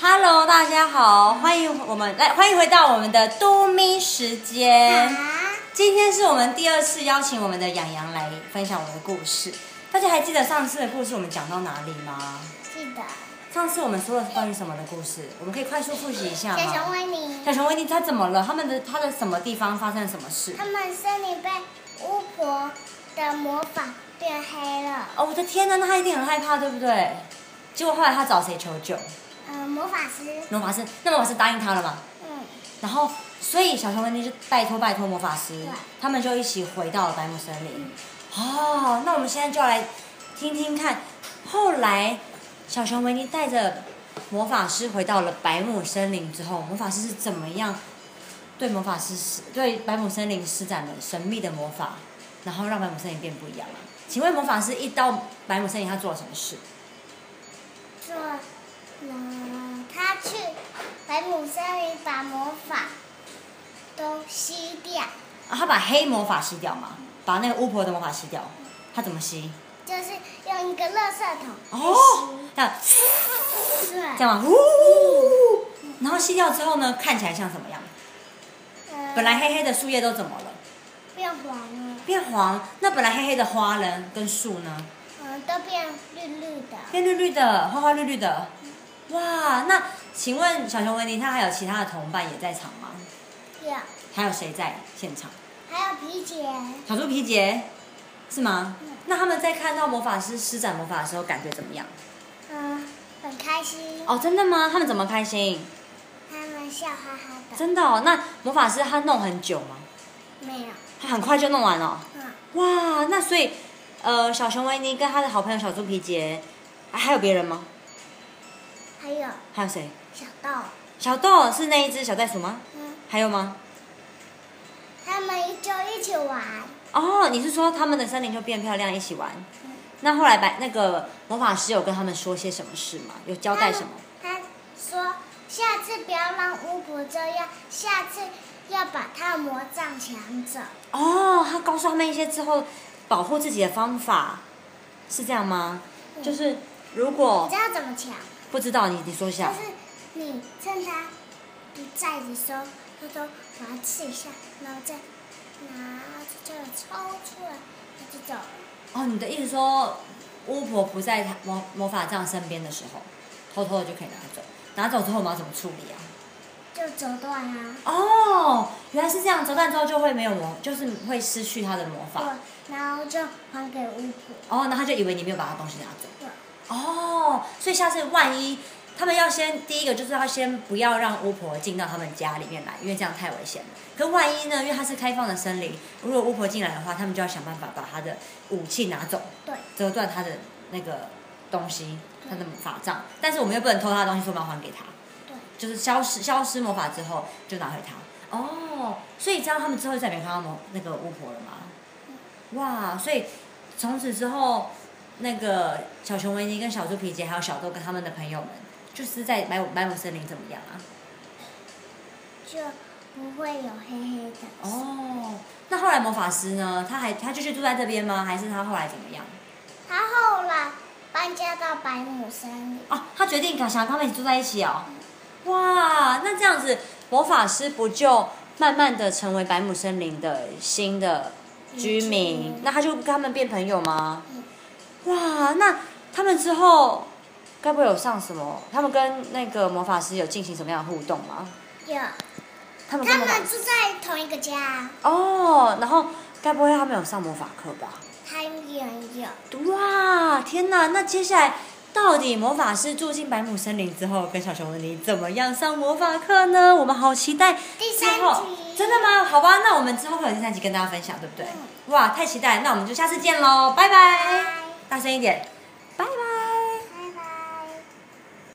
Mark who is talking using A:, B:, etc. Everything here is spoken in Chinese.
A: Hello，大家好，欢迎我们来，欢迎回到我们的都咪时
B: 呃
A: 间。今天是我们第二次邀请我们的洋洋来分享我们的故事。大家还记得上次的故事我们讲到哪里吗？
B: 记得。
A: 上次我们说了关于什么的故事？我们可以快速复习一下
B: 小熊
A: 吗？
B: 维尼
A: 小，熊维尼他怎么了？他们的他的什么地方发生了什么事？
B: 他们森林被巫婆的魔法变黑了。
A: 哦，我的天呐，那他一定很害怕，对不对？结果后来他找谁求救？
B: 呃，魔法师，
A: 魔法师，那魔法师答应他了嘛？
B: 嗯，
A: 然后，所以小熊维尼就拜托拜托魔法师
B: 对，
A: 他们就一起回到了白木森林。哦，那我们现在就来听听看，后来小熊维尼带着魔法师回到了白木森林之后，魔法师是怎么样对魔法师施对白木森林施展了神秘的魔法，然后让白木森林变不一样了？请问魔法师一到白木森林，他做了什么事？
B: 做了，他去白母森林把魔法都吸掉，
A: 啊，他把黑魔法吸掉嘛，把那个巫婆的魔法吸掉，他怎么吸？
B: 就是用一个垃圾桶
A: 哦，那
B: 去吸，
A: 这
B: 对，
A: 样嘛，呜，然后吸掉之后呢，看起来像什么样？
B: 呃
A: 本来黑黑的树叶都怎么了？
B: 变黄了，
A: 变黄。那本来黑黑的花呢，跟树呢，
B: 嗯，都变绿绿的，
A: 变绿绿的，花花绿绿的。哇，那请问小熊维尼他还有其他的同伴也在场吗？
B: 有，
A: 还有谁在现场？
B: 还有皮姐，
A: 小猪皮杰是吗
B: 嗯？
A: 那他们在看到魔法师施展魔法的时候，感觉怎么样？
B: 嗯，很开心，
A: 哦，真的吗？他们怎么开心？
B: 他们笑哈哈的，
A: 真的哦。那魔法师他弄很久吗？
B: 没有，
A: 他很快就弄完了哦。
B: 嗯。
A: 哇，那所以，呃，小熊维尼跟他的好朋友小猪皮杰，啊还有别人吗？
B: 还有
A: 还有谁？
B: 小豆，
A: 小豆是那一只小袋鼠吗？
B: 嗯，
A: 还有吗？
B: 他们就一起玩，
A: 哦，你是说他们的森林就变漂亮，一起玩
B: 嗯？
A: 那后来白那个魔法师有跟他们说些什么事吗？有交代什么？
B: 他们？他说下次不要让巫婆这样，下次要把他的魔杖抢走。
A: 哦，他告诉他们一些之后保护自己的方法，是这样吗？
B: 嗯
A: 就是如
B: 你
A: 果
B: 知道怎么抢？
A: 不知道你你说一下
B: 就。是你趁他不在的时候，偷偷把它刺一下，然后再拿这样抽出来，他就走了。
A: 哦，你的意思说，巫婆不在她魔魔法杖身边的时候，偷偷的就可以拿走，拿走之后我们要怎么处理啊？
B: 就走断啊，
A: 哦，原来是这样，折断之后就会没有魔，就是会失去她的魔法。
B: 对，然后就还给巫婆。
A: 哦，那她就以为你没有把她东西拿走。
B: 对，
A: 哦，所以下次万一他们要先第一个就是要先不要让巫婆进到他们家里面来，因为这样太危险了。可万一呢，因为它是开放的森林，如果巫婆进来的话，他们就要想办法把她的武器拿走。
B: 对，
A: 折断他的那个东西，他的法杖，但是我们又不能偷他的东西，说我们要还给他，
B: 对，
A: 就是消失消失魔法之后就拿回他。哦，所以这样他们之后再也没看到魔那个巫婆了吗？哇，所以从此之后，那个小熊维尼跟小猪皮杰还有小豆跟他们的朋友们，就是在买买姆森林怎么样啊？
B: 就不会有黑黑的。
A: 哦，那后来魔法师呢？他还他继续住在这边吗？还是他后来怎么样？
B: 他后来搬家到白母森林，
A: 哦，他决定想想他们一起住在一起哦。哇，那这样子，魔法师不就慢慢的成为白姆森林的新的居
B: 嗯居
A: 民
B: 民？
A: 那他就跟他们变朋友吗？
B: 嗯
A: 哇，那他们之后该不会有上什么？他们跟那个魔法师有进行什么样的互动吗？
B: 有
A: 他们跟
B: 他
A: 魔法
B: 们住在同一个家，
A: 哦，然后该不会他们有上魔法课吧？
B: 他也有
A: 哇，天哪！那接下来到底魔法师住进百亩森林之后，跟小熊维尼怎么样上魔法课呢？我们好期待
B: 第
A: 之
B: 三
A: 后
B: 集。
A: 真的吗？好吧，那我们之后会有第三集跟大家分享，对不对？
B: 嗯
A: 哇，太期待！那我们就下次见喽，拜拜！
B: 拜
A: 大声一点。